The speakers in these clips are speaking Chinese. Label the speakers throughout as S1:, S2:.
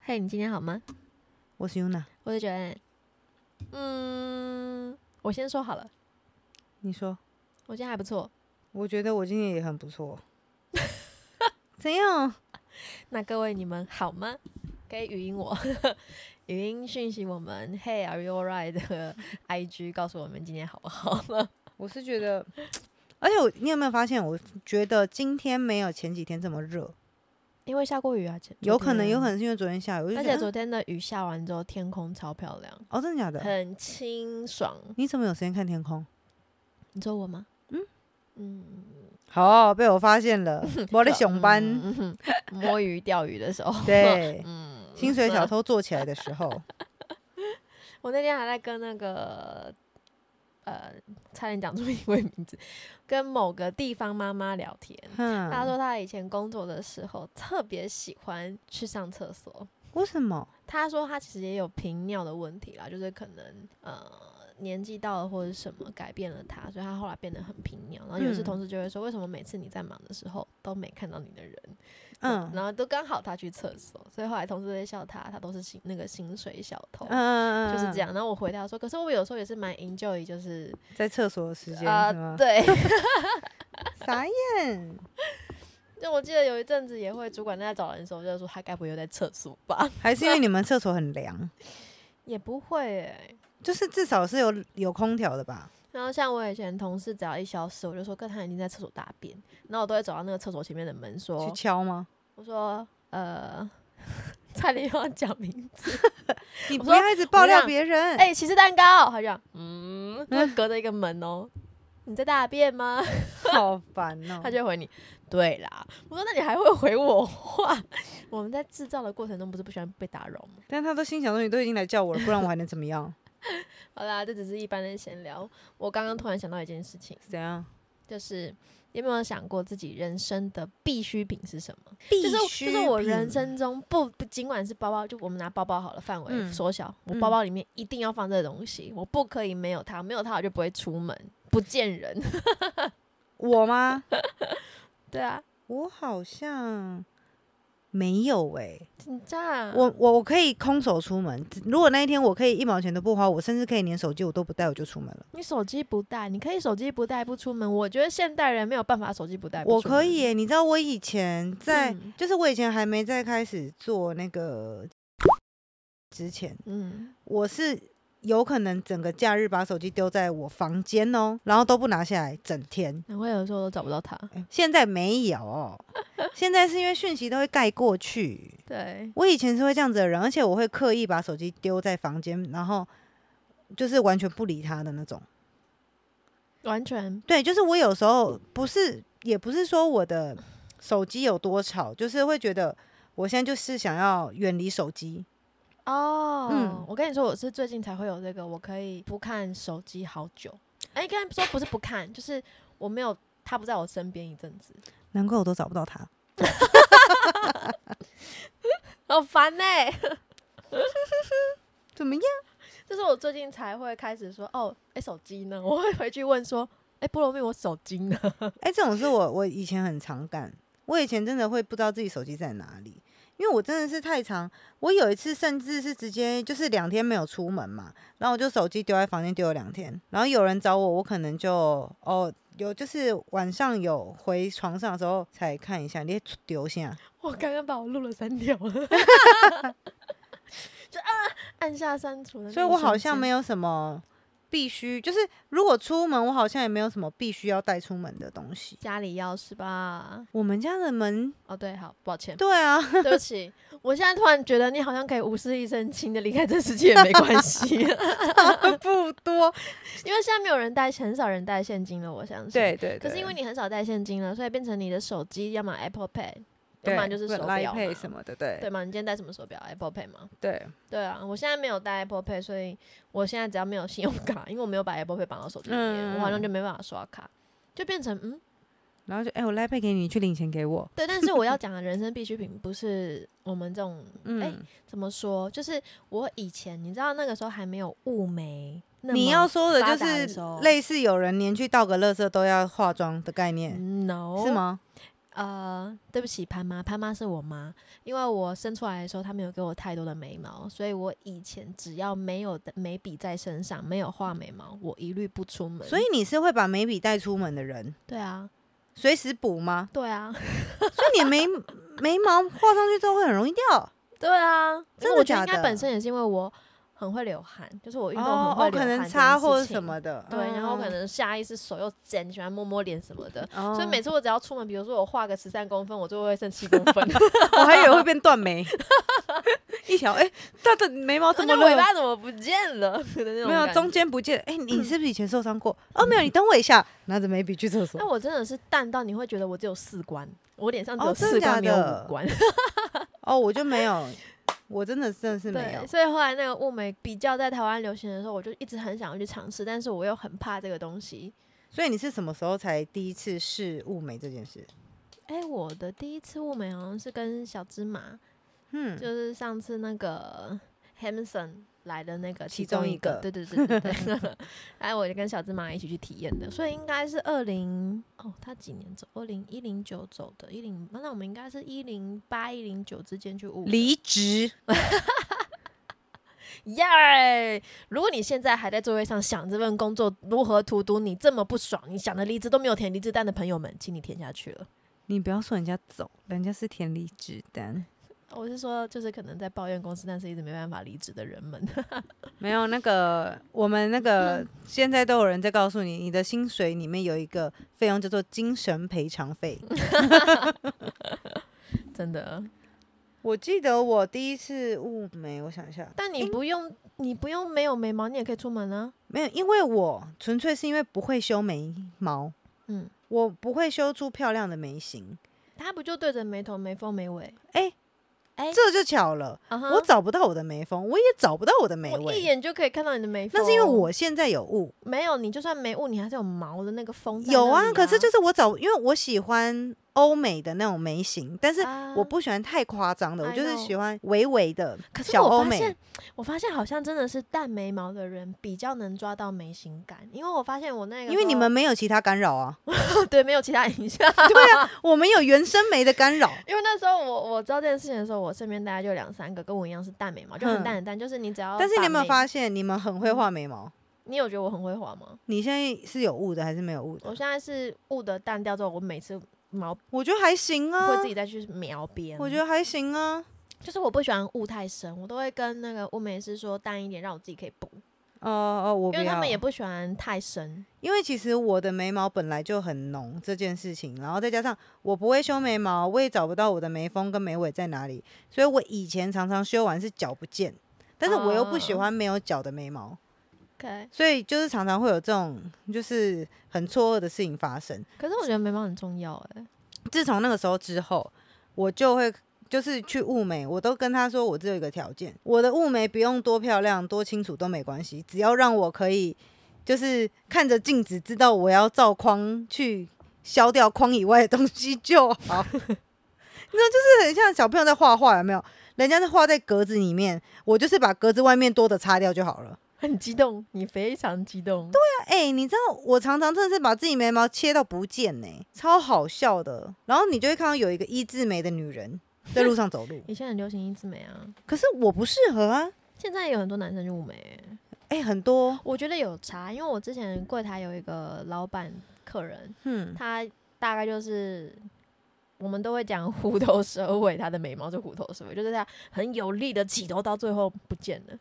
S1: 嘿，你今天好吗？
S2: 我是 Yuna，
S1: 我是九恩。嗯，我先说好了，
S2: 你说，
S1: 我今天还不错。
S2: 我觉得我今天也很不错。 怎样？
S1: 那各位你们好吗？可以语音我， 语音讯息我们 Hey Are You Alright 的 IG 告诉我们今天好不好了。
S2: 我是觉得， 而且我你有没有发现？我觉得今天没有前几天这么热，
S1: 因为下过雨啊，前
S2: 有可能，有可
S1: 能。
S2: 能是因为昨天下雨。我就
S1: 而
S2: 觉
S1: 且
S2: 得
S1: 昨天的雨下完之后，天空超漂亮，
S2: 哦，真的假的？
S1: 很清爽。
S2: 你怎么有时间看天空？
S1: 你说我吗？嗯嗯，
S2: 好、被我发 现了，我在熊班。
S1: 嗯哼摸鱼钓鱼的时候，
S2: 对，
S1: 嗯，
S2: 薪水小偷做起来的时 候，
S1: 我那天还在跟那个呃，差点讲出英文名字，跟某个地方妈妈聊天。她
S2: 哼，
S1: 说她以前工作的时候特别喜欢去上厕所。
S2: 为什么？
S1: 她说她其实也有频尿的问题啦，就是可能呃年纪到了或者什么改变了她，所以她后来变得很频尿。然后有一次
S2: 嗯
S1: 同事就会说，为什么每次你在忙的时候都没看到你的人？
S2: 嗯嗯
S1: 然后都刚好她去厕所，所以后来同事都在笑她，她都是薪那个薪水小偷。
S2: 嗯，嗯
S1: 就是这。样。然后我回答说，可是我有时候也是蛮 enjoy，就是
S2: 嗯在厕所的时间
S1: 啊、
S2: 是吗？
S1: 对，
S2: 傻眼。
S1: 就我记得有一阵子也会，主管在找人的时候就说他该不会又在厕所吧？
S2: 还是因为你们厕所很凉，
S1: 也不会诶、
S2: 就是至少是有有空调的吧？
S1: 然后像我以前同事只要一消失，我就说跟他已经在厕所大便，然后我都会走到那个厕所前面的门
S2: 去
S1: 说，
S2: 敲吗？
S1: 我说呃， 差点又要讲名字，
S2: 你
S1: 我
S2: 不
S1: 说
S2: 要一直爆料
S1: 想
S2: 别人。
S1: 哎、起司蛋糕，他这样，嗯，就隔着一个门哦。 你在大便吗？
S2: 好烦哦、
S1: 他就会回你，对啦。我说那你还会回我话？ 我们在制造的过程中不是不喜欢被打扰吗？
S2: 但他都心想说你都已经来叫我了，不然我还能怎 么样？
S1: 好啦，这只是一般的闲聊。我刚刚突然想到一件事情，
S2: 怎样？
S1: 就是你有没有想过自己人生的必需品是什么？
S2: 必
S1: 就是就是我
S2: 需
S1: 人
S2: 品
S1: 生中不不，尽管是包包，就我们拿包包好了，范围
S2: 嗯
S1: 缩小，我
S2: 嗯
S1: 包包里面一定要放这个东西，我不可以没有它，没有它我就不会出门，不见人。
S2: 我吗？
S1: 对啊，
S2: 我好像没有哎、
S1: 你这样，
S2: 我我我可以空手出门。如果那一天我可以一毛钱都不花，我甚至可以连手机我都不带我就出门了。
S1: 你手机不带，你可以手机不带不出门。我觉得现代人没有办法手机不带不
S2: 我
S1: 出门
S2: 可以、欸，你知道我以前在，
S1: 嗯
S2: 就是我以前还没在开始做那个之前，
S1: 嗯，
S2: 我是有可能整个假日把手机丢在我房间哦，然后都不拿下来，整天。
S1: 难怪有时候都找不到它。
S2: 哎现在没有，现在是因为讯息都会盖过去。
S1: 对，
S2: 我以前是会这样子的人，而且我会刻意把手机丢在房间，然后就是完全不理它的那种。
S1: 完全
S2: 对，就是我有时候不是，也不是说我的手机有多吵，就是会觉得我现在就是想要远离手机。
S1: 哦，
S2: 嗯
S1: 我跟你说，我是最近才会有这个，我可以不看手机好久。哎、应该说不是不看，就是我没有他不在我身边一阵子，
S2: 难怪我都找不到它。
S1: 好烦欸呢、
S2: 怎么样？
S1: 就是我最近才会开始说，哦，哎、手机呢？我会回去问说，哎、菠萝蜜，我手机呢？
S2: 哎、这种是我我以前很常干，我以前真的会不知道自己手机在哪里，因为我真的是太常。我有一次甚至是直接就是两天没有出门嘛，然后我就手机丢在房间丢了两天，然后有人找我，我可能就哦有就是晚上有回床上的时候才看一下，你丢下。
S1: 我刚刚把我录了删 掉了，就啊，按下删除的那个瞬间。
S2: 所以我好像没有什么必须，就是如果出门，我好像也没有什么必须要带出门的东西。
S1: 家里钥匙吧？
S2: 我们家的门，
S1: 哦，对，好，抱歉，
S2: 对啊，
S1: 对不起，我现在突然觉得你好像可以无事一身轻的离开这世界也没关 系。
S2: 不多。
S1: 因为现在没有人带，很少人带现金了，我相信。。
S2: 对
S1: 可是因为你很少带现金了，所以变成你的手机要么 Apple Pay，要
S2: 对，
S1: 么就是手表嘛。
S2: 配什么的，对
S1: 对吗？你今天带什么手表？Apple Pay 吗？
S2: 对。
S1: 对啊，我现在没有带 Apple Pay，所以我现在只要没有信用卡，因为我没有把 Apple Pay 绑到手机里面，
S2: 嗯
S1: 我好像就没办法刷卡，就变成嗯，
S2: 然后就哎、我来配给你，你去领钱给我。
S1: 对。但是我要讲的人生必需品不是我们这种，哎、
S2: 嗯，
S1: 怎么说？就是我以前你知道那个时候还没有雾眉，那
S2: 你
S1: 么
S2: 要说的
S1: 发
S2: 就
S1: 达的
S2: 是
S1: 时候
S2: 类似有人连去倒个垃圾都要化妆的概念，
S1: ，no
S2: 是？吗？
S1: 呃，对不起，潘妈，潘妈是我妈，因为我生出来的时候，她没有给我太多的眉毛，所以我以前只要没有的眉笔在身上，没有画眉毛，我一律不出门。
S2: 所以，你是会把眉笔带出门的人，
S1: 对啊，
S2: 随时补吗？
S1: 对啊，
S2: 所以 你的眉眉毛画上去之后会很容易掉。
S1: 对啊，因为
S2: 真的
S1: 我觉得应
S2: 假
S1: 该
S2: 的
S1: 本身也是因为我很会流汗，就是我运动很
S2: 哦
S1: 会
S2: 哦，
S1: 流汗、
S2: 可能擦或者什。么的。
S1: 对，然后可
S2: 嗯、
S1: 能下意识手又尖，喜欢摸摸脸什么的，
S2: 哦
S1: 所以每次我只要出门，比如说我画个十三公分，我就会剩七公 分。
S2: 我还以为会变 断眉，一条哎，它、的眉毛这么
S1: 那尾
S2: 乱，
S1: 巴怎么不见了？ 可能那种
S2: 没有
S1: 感觉
S2: 中间不见了。哎、 你是不是以前受伤过？哦，没有，你等我一下，拿着眉笔去厕所
S1: 那。我真的是淡到你会觉得我只有四官，我脸上只
S2: 哦
S1: 有
S2: 真的
S1: 四官、
S2: 假
S1: 没有
S2: 的
S1: 五官。
S2: 哦，我就没有，我真的真的是没有
S1: 对，。所以后来那个雾眉比较在台湾流行的时候，我就一直很想要去尝试，但是我又很怕这个东西。
S2: 所以你是什么时候才第一次试雾眉这件事？
S1: 哎，我的第一次雾眉好像是跟小芝麻，
S2: 嗯，
S1: 就是上次那个 Hamson 来的那个
S2: 其
S1: 中
S2: 中一
S1: 一个
S2: 个，
S1: 对对对对对， 哎，我就跟小芝麻一起去体验的，所以应该是二零哦，他几年走？二零一零九走的，一零那我们应该是一零八一零九之间去雾的。
S2: 离职
S1: 耶如果你现在还在座位上想这份工作如何荼毒你这么不爽，你想的离职都没有填离职单的朋友们，请你填下去了。
S2: 你不要说人家走，人家是填离职单。
S1: 我是说，就是可能在抱怨公司，但是一直没办法离职的人们。
S2: 没有那个，我们那 个现在都有人在告诉你，你的薪水里面有一个费用叫做精神赔偿 费。
S1: 真的。
S2: 我记得我第一次雾眉，我想一下，
S1: 但你不用，你不用没有眉毛，你也可以出门啊。
S2: 没有，因为我纯粹是因为不会修眉毛，
S1: 嗯，
S2: 我不会修出漂亮的眉形。
S1: 他不就对着眉头、眉峰、眉尾？
S2: 哎、
S1: 哎
S2: 这就巧了，
S1: 啊哈
S2: 我找不到我的眉峰，我也找不到我的眉
S1: 我一
S2: 尾。
S1: 眼就可以看到你的眉峰。
S2: 那是因为我现在有雾，
S1: 没有你，就算没雾，你还是有毛的那个风在那里、
S2: 有
S1: 啊
S2: 啊，，可是就是我找，因为我喜欢欧美的那种眉形，但是
S1: 啊
S2: 我不喜欢太夸张的，我
S1: I
S2: 就是
S1: know
S2: 喜欢微微的
S1: 可是
S2: 小
S1: 我
S2: 欧
S1: 发现
S2: 美。，
S1: 我发现好像真的是淡眉毛的人比较能抓到眉形感，因为我发现我那个时候，
S2: 因为你们没有其他干扰啊，
S1: 对没有其他影响。
S2: 我们有原生眉的干扰。
S1: 因为那时候我我知道这件事情的时候，我身边大概就两三个跟我一样是淡眉毛，就很淡很淡，就是你只要把眉。嗯
S2: 但是你有没有发现，你们很会画眉毛？
S1: 你有觉得我很会画吗？
S2: 你现在是有雾的还是没有雾
S1: 我
S2: 的？
S1: 现在是雾的淡掉之后，我每次毛
S2: 我觉得还行啊
S1: 会，自己再去描边。
S2: 我觉得还行啊。
S1: 就是我不喜欢雾太深，我都会跟那个雾眉师说淡一点，让我自己可以补，
S2: 哦哦，我
S1: 因
S2: 不
S1: 为他
S2: 要
S1: 们，也不喜欢太深。
S2: 因为其实我的眉毛本来就很浓这件事情，然后再加上我不会修眉毛，我也找不到我的眉峰跟眉尾在哪里，所以我以前常常修完是脚不见，但是我又不喜
S1: 哦
S2: 欢没有脚的眉毛。
S1: OK，
S2: 所以就是常常会有这种就是很错愕的事情发生。
S1: 可是我觉得眉毛很重要哎、
S2: 自从那个时候之后，我就会就是去雾眉，我都跟他说我只有一个条件，我的雾眉不用多漂亮、多清楚都没关系，只要让我可以就是看着镜子知道我要照框去消掉框以外的东西就好。 那就是很像小朋友在画画，有没有？人家是画在格子里面，我就是把格子外面多的擦掉就好了。
S1: 很激动，你非常激动。，
S2: 哎、你知道我常常真的是把自己眉毛切到不见呢、超好笑的。然后你就会看到有一个一字眉的女人在路上走路
S1: 以前很流行一字眉啊，
S2: 可是我不适合啊。
S1: 现在有很多男生入眉欸、
S2: 哎、很多，
S1: 我觉得有差，因为我之前柜台有一个老板客人，
S2: 嗯，
S1: 他大概就是。我们都会讲虎头蛇尾，他的眉毛就虎头蛇尾，就是他很有力的起头，到最后不见了。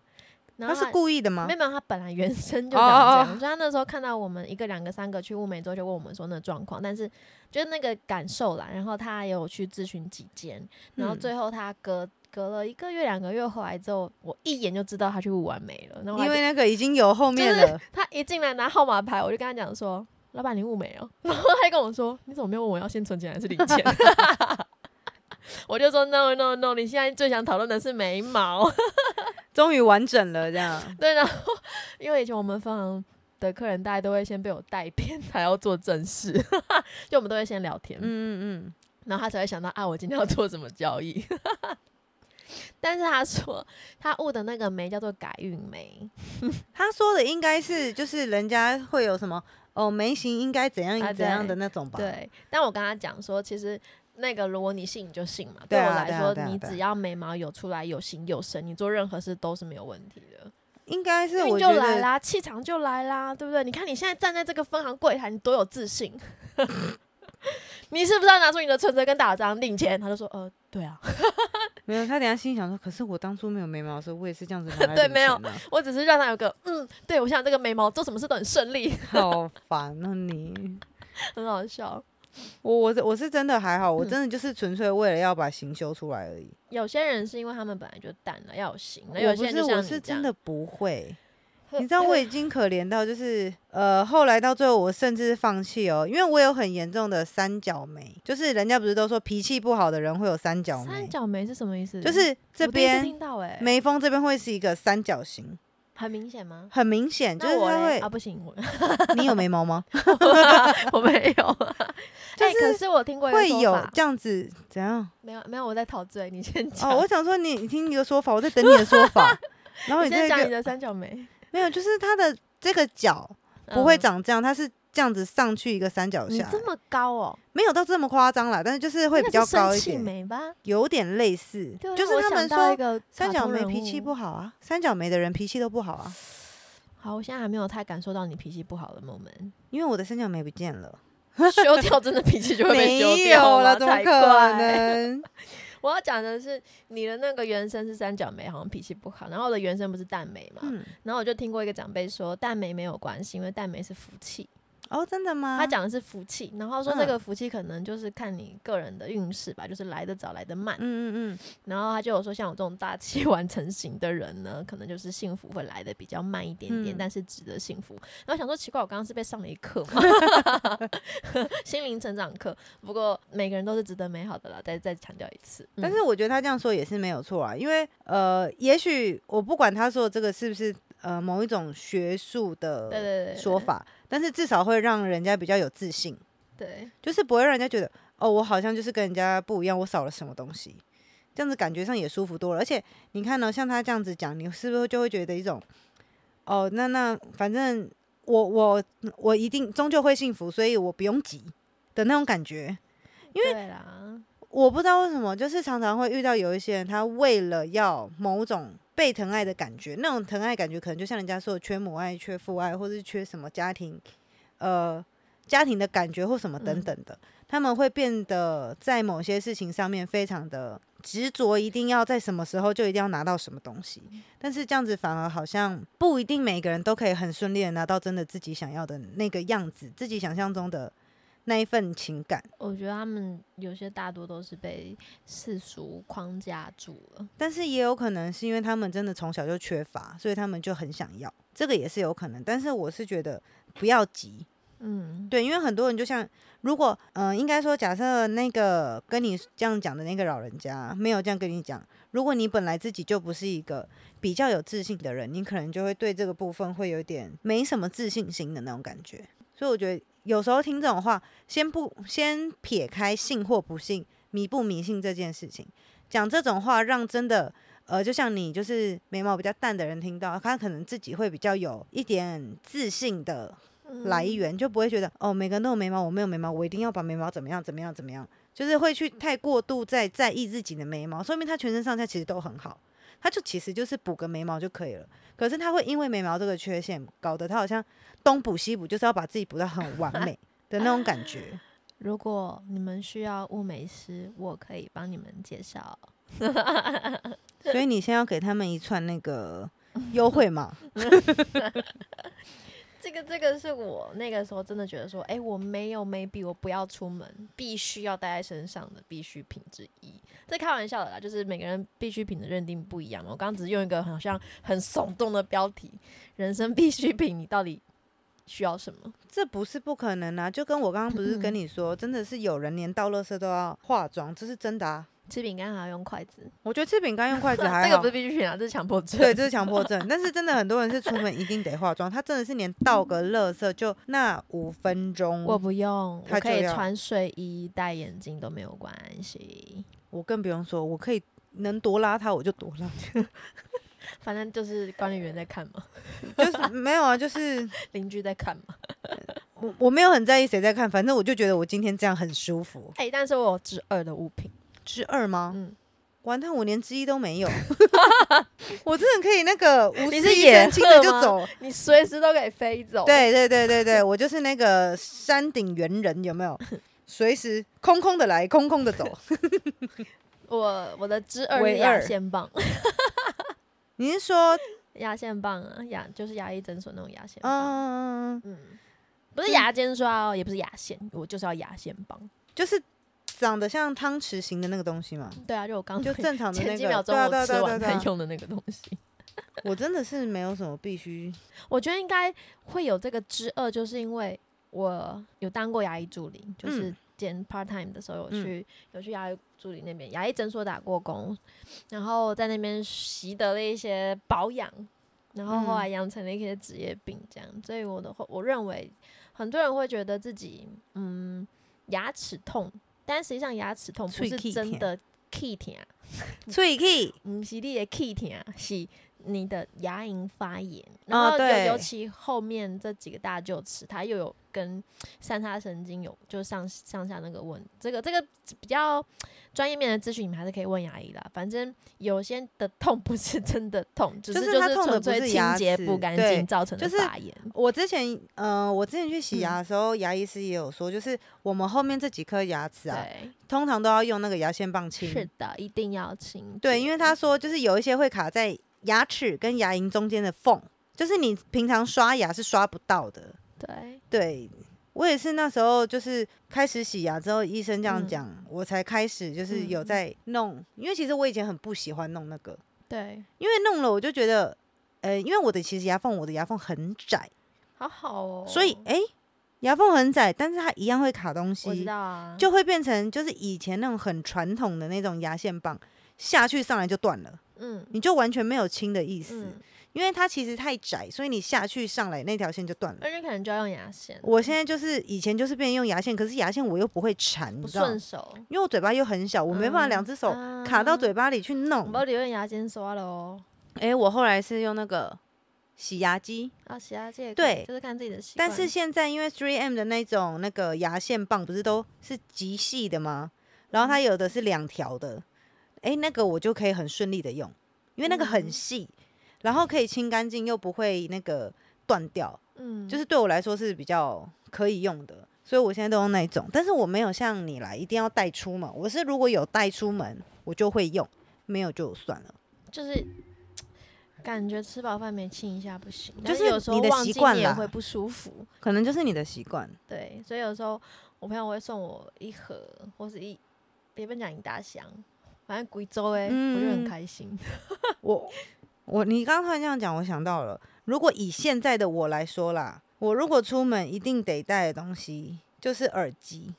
S1: 然
S2: 她
S1: 后
S2: 是故意的吗
S1: 没？有，没有他本来原生就
S2: 哦
S1: 长这样。
S2: 哦哦
S1: 所以他那时候看到我们一个、两个、三个去物美之后，就问我们说那状况，但是就是那个感受啦。然后他也有去咨询几间，然后
S2: 嗯
S1: 最后他隔隔了一个月、两个月回来之后，我一眼就知道他去雾完美了。然后我还
S2: 因为那个已经有后面
S1: 啊就是
S2: 了，
S1: 他一进来拿号码牌，我就跟他讲说：“老板，你雾眉哦。” 然后他就跟我说：“你怎么没有问我要先存钱还是零钱？” 我就说 no no no，你现在最想讨论的是眉毛。
S2: 终于完整了 这样。
S1: 对，然后因为以前我们分行的客人，大家都会先被我带偏才要做正事， 就我们都会先聊天，
S2: 嗯嗯
S1: 然后他才会想到啊，我今天要做什么交易。 但是他说他雾的那个眉叫做改运眉，
S2: 嗯，她说的应该是就是人家会有什么哦眉形应该怎样
S1: 啊
S2: 怎样的
S1: 对
S2: 那种吧。，
S1: 对，但我跟他讲说，其实那个如果你信你就信嘛，
S2: 对
S1: 我
S2: 啊对
S1: 来
S2: 啊
S1: 说，
S2: 对啊
S1: 你
S2: 对啊
S1: 只要眉毛有出来有形有神，你做任何事都是没有问题的。
S2: 应该是
S1: 运
S2: 我觉
S1: 就来
S2: 得
S1: 啦，气场就来啦，对不对？你看你现在站在这个分行柜台，你多有自信。 你是不是要拿出你的存折跟打张领钱？他就说，呃，对啊，
S2: 没有。他等一下心想说，可是我当初没有眉毛的时候，我也是 这样子拿来
S1: 对
S2: 领
S1: 没有
S2: 钱啊
S1: 我只是让他有个，嗯，对我想这个眉毛做什么事都很顺利，
S2: 好烦啊你！
S1: 很好笑。
S2: 我我是我是真的还好，我
S1: 嗯
S2: 真的就是纯粹为了要把形修出来而已。
S1: 有些人是因为他们本来就淡了，要有型；那有
S2: 我
S1: 些
S2: 不
S1: 人
S2: 是，
S1: 就像
S2: 我
S1: 你
S2: 是
S1: 这样哎
S2: 真的不会。你知道我 已经可怜到就是呃，后来到最后我甚至放弃哦，因为我有很严重的三角眉，就是人家不是都说脾气不好的人会有三角眉
S1: 三，角眉是什么意思？
S2: 就是这
S1: 我第一次
S2: 边
S1: 听到哎、
S2: 眉峰这边会是一个三角形，
S1: 很明显吗？
S2: 很明显，就是
S1: 那我
S2: 它
S1: 嘞
S2: 会
S1: 啊，。不行， 我
S2: 你有眉毛吗？
S1: 我没有。 哎、可是 我听过一个
S2: 会
S1: 说
S2: 有
S1: 法
S2: 这样子 怎样？
S1: 没有没有，我在陶醉，你先讲。
S2: 哦，我想说你你听你的说法，我在等你的说 法，然后
S1: 你
S2: 你
S1: 先
S2: 再
S1: 讲你
S2: 就
S1: 的三角眉，
S2: 没有，就是它的这个角 不会
S1: 嗯
S2: 长这样，它是这样子上去一个三角
S1: 你
S2: 下来，
S1: 这么高哦，
S2: 没有到这么夸张啦，但是就是会
S1: 那
S2: 比
S1: 是
S2: 较高
S1: 生
S2: 一
S1: 气
S2: 点，
S1: 眉吧？
S2: 有点类似，
S1: 对啊
S2: 就是
S1: 我
S2: 他们
S1: 想到一
S2: 说
S1: 个
S2: 三
S1: 卡
S2: 角
S1: 通
S2: 眉
S1: 人
S2: 脾气
S1: 物
S2: 不好啊，三角眉的人脾气都不好啊，
S1: 好，我现在还没有太感受到你脾气不好的 moment。
S2: 因为我的三角眉不见了，
S1: 修掉真的脾气就会 被
S2: 没
S1: 修掉
S2: 有
S1: 吗
S2: 了，怎么
S1: 才
S2: 可
S1: 怪
S2: 能？
S1: 我要讲的是，你的那个原声是三角眉，好像脾气不好。然后我的原声不是淡眉嘛？
S2: 嗯，
S1: 然后我就听过一个长辈说，淡眉没有关系，因为淡眉是福气。
S2: 哦，真的吗？
S1: 他讲的是福气，然后他说这
S2: 嗯
S1: 个福气可能就是看你个人的运势吧，就是来得早，来得慢。
S2: 嗯，嗯嗯
S1: 然后他就有说，像我这种大器 晚成型的人呢，可能就是幸福会来的比较慢一点点，
S2: 嗯
S1: 但是值得幸福。然后想说，奇怪，我刚刚是被上了一课吗？ 心灵成长课。不过每个人都是值得美好的啦，再再强调一次。嗯
S2: 但是我觉得他这样说也是没有错啊，因为呃，也许我不管他说的这个是不是呃某一种学术
S1: 对
S2: 的
S1: 对对对
S2: 说法，但是至少会让人家比较有自信。
S1: 对，
S2: 就是不会让人家觉得哦，我好像就是跟人家不一样，我少了什么东西，这样子感觉上也舒服多了。而且你看呢、像他这样子讲，你是不是就会觉得一种哦，那那反正我我我一定终究会幸福，所以我不用急的那种感觉。因为
S1: 对啦，
S2: 我不知道为什么，就是常常会遇到有一些人，他为了要某种被疼爱的感觉，那种疼爱感觉可能就像人家说的缺母爱、缺父爱，或是缺什么家庭，呃，家庭的感觉或什么等
S1: 嗯
S2: 等的，他们会变得在某些事情上面非常的执着，一定要在什么时候就一定要拿到什么东西。但是这样子反而好像不一定每个人都可以很顺利的拿到真的自己想要的那个样子，自己想象中的那一份情感。
S1: 我觉得他们有些大多都是被世俗框架住了。
S2: 但是也有可能是因为他们真的从小就缺乏，所以他们就很想要，这个也是有可能。但是我是觉得不要急，
S1: 嗯，
S2: 对，因为很多人就像如果嗯、呃应该说假设那个跟你这样讲的那个老人家没有这样跟你讲，如果你本来自己就不是一个比较有自信的人，你可能就会对这个部分会有点没什么自信心的那种感觉。所以我觉得有时候听这种话，先不先撇开信或不信、迷不迷信这件事情，讲这种话让真的。呃，就像你就是眉毛比较淡的人听到，他可能自己会比较有一点自信的来
S1: 嗯
S2: 源，就不会觉得哦，每个人都有眉毛，我没有眉毛，我一定要把眉毛怎么样怎么样怎么样，就是会
S1: 嗯
S2: 去太过度在在意自己的眉毛，说明他全身上下其实都很好，他就其实就是补个眉毛就可以了。可是他会因为眉毛这个缺陷，搞得他好像东补西补，就是要把自己补到很完美的那种感 觉。
S1: 如果你们需要物美师，我可以帮你们介绍。
S2: 所以你先要给他们一串那个优惠码，
S1: 这个这个是我那个时候真的觉得说，哎、我没有眉笔，我不要出门，必须要带在身上的必需品之一。这开玩笑的啦，就是每个人必需品的认定不一样嘛。我刚刚只是用一个好像很耸动的标题，人生必需品，你到底需要什么？
S2: 这不是不可能啊！就跟我刚刚不是跟你说，真的是有人连倒垃圾都要化妆，这是真的啊！
S1: 吃饼干还要用筷子，
S2: 我觉得吃饼干用筷子还好，
S1: 这个不是必需品啊，这是强迫症。
S2: 对，这是强迫症。但是真的很多人是出门一定得化妆，他真的是连倒个垃圾就那五分钟，
S1: 我
S2: 我
S1: 不用，
S2: 嗯他
S1: 我可以
S2: 就要
S1: 穿睡衣、戴眼镜都没有关系。
S2: 我更不用说，我可以能多邋遢我就多邋遢，
S1: 反正就是管理员在看嘛，
S2: 就是没有啊，就是
S1: 邻居在看嘛。
S2: 我我没有很在意谁在看，反正我就觉得我今天这样很舒服。
S1: 哎、但是我有之二的物品，
S2: 之二吗？
S1: 嗯，
S2: 完蛋，我连之一都没有。 我真的可以那个无
S1: 你
S2: 事
S1: 是
S2: 一
S1: 野
S2: 身轻的
S1: 鹤
S2: 就
S1: 吗
S2: 走。
S1: 你随时都可以飞走。，
S2: 对对对对对，我就是那个山顶猿人，有没有？随时空空的来，空空的走。
S1: 我我的之二是
S2: 唯
S1: 牙
S2: 二
S1: 线棒，
S2: 你是说，
S1: 牙线棒啊，牙就是牙医诊所那种牙线棒，
S2: 嗯，
S1: 嗯，不是
S2: 真
S1: 牙尖刷哦，也不是牙线，我就是要牙线棒。
S2: 就是长得像汤匙形的那个东西吗？
S1: 对啊，就我刚
S2: 就正常的那
S1: 前
S2: 个。
S1: 几秒钟
S2: 对啊
S1: 我
S2: 对啊
S1: 吃
S2: 对啊
S1: 完
S2: 对啊
S1: 才用的那个东西。
S2: 我真的是没有什么 必须。
S1: 我觉得应该会有这个之二，就是因为我有当过牙医助理，就是兼 part time 的时候有
S2: 嗯
S1: 去、有去牙医助理那边牙医诊所打过工，然后在那边习得了一些保养，然后后
S2: 嗯
S1: 来养成了一些职业病，这样，所以我的话，我认为很多人会觉得自己嗯牙齿痛，但实际上牙齿痛不
S2: 喙
S1: 是
S2: 齿
S1: 真
S2: 痛
S1: 的啊 key 疼，
S2: 脆 key，
S1: 唔是你的 key 疼，是你的牙龈发炎。然
S2: 哦
S1: 后尤、
S2: 对
S1: 尤其后面这几个大臼齿，它又有跟三叉神经有就上上下那个问，这个这个比较专业面的咨询，你们还是可以问牙医啦。反正有些的痛不是真的 痛，只
S2: 就是是
S1: 就
S2: 它
S1: 是
S2: 痛
S1: 纯
S2: 的不
S1: 粹
S2: 是
S1: 清
S2: 牙
S1: 洁
S2: 齿
S1: 不干
S2: 对
S1: 净造成的
S2: 就是
S1: 发炎。
S2: 我之前，呃，我之前去
S1: 嗯
S2: 洗牙的时候，牙医师也有说，就是我们后面这几颗牙齿啊，
S1: 对，
S2: 通常都要用那个牙线棒清。
S1: 是的，嗯一定要清。
S2: 对，因为他说就是有一些会卡在牙齿跟牙龈中间的缝，就是你平常刷牙是刷不到的。
S1: 对
S2: 对我也是那时候就是开始洗牙之后，医生这样
S1: 嗯
S2: 讲，我才开始就是有
S1: 嗯
S2: 在弄，因为其实我以前很不喜欢弄那个，
S1: 对，
S2: 因为弄了我就觉得，呃，因为我的其实牙缝我的牙缝很窄，
S1: 好好哦。
S2: 所以诶，牙缝很窄，但是它一样会卡东
S1: 我知
S2: 西，
S1: 道啊，
S2: 就会变成就是以前那种很传统的那种牙线棒下去上来就断了，
S1: 嗯
S2: 你就完全没有清的意思，
S1: 嗯，
S2: 因为它其实太窄，所以你下去上来那条线就断了。
S1: 而且可能就要用牙线。
S2: 我现在就是以前就是变成用牙线，可是牙线我又不会缠，你
S1: 不
S2: 知道吗
S1: 顺，手，
S2: 因为我嘴巴又很小，我没办法两只手
S1: 嗯
S2: 卡到嘴巴里去
S1: 我
S2: 弄。
S1: 们留用牙尖刷了哦。
S2: 诶，我后来是用那个洗牙机，
S1: 啊，洗牙界
S2: 对
S1: 就是看自己的习惯。
S2: 但是现在因为 Three M 的那种那个牙线棒不是都是极细的吗？
S1: 嗯
S2: 然后它有的是两条的，诶，那个我就可以很顺利的用，因为那个很
S1: 嗯
S2: 细，然后可以清干净，又不会那个断掉。
S1: 嗯，
S2: 就是对我来说是比较可以用的，所以我现在都用那一种。但是我没有像你来一定要带出门，我是如果有带出门，我就会用，没有就算了。
S1: 就是感觉吃饱饭没亲一下不行，但
S2: 就是
S1: 有时候
S2: 你的
S1: 忘
S2: 习
S1: 记
S2: 惯
S1: 你也
S2: 啦
S1: 会不舒服。
S2: 可能就是你的习惯，
S1: 对，所以有时候我朋友会送我一盒或是一，别别讲一大箱，反正贵州哎，我就很
S2: 嗯
S1: 开心。
S2: 我我你刚刚突然这样讲，我想到了，如果以现在的我来说啦，我如果出门一定得带的东西就是耳机，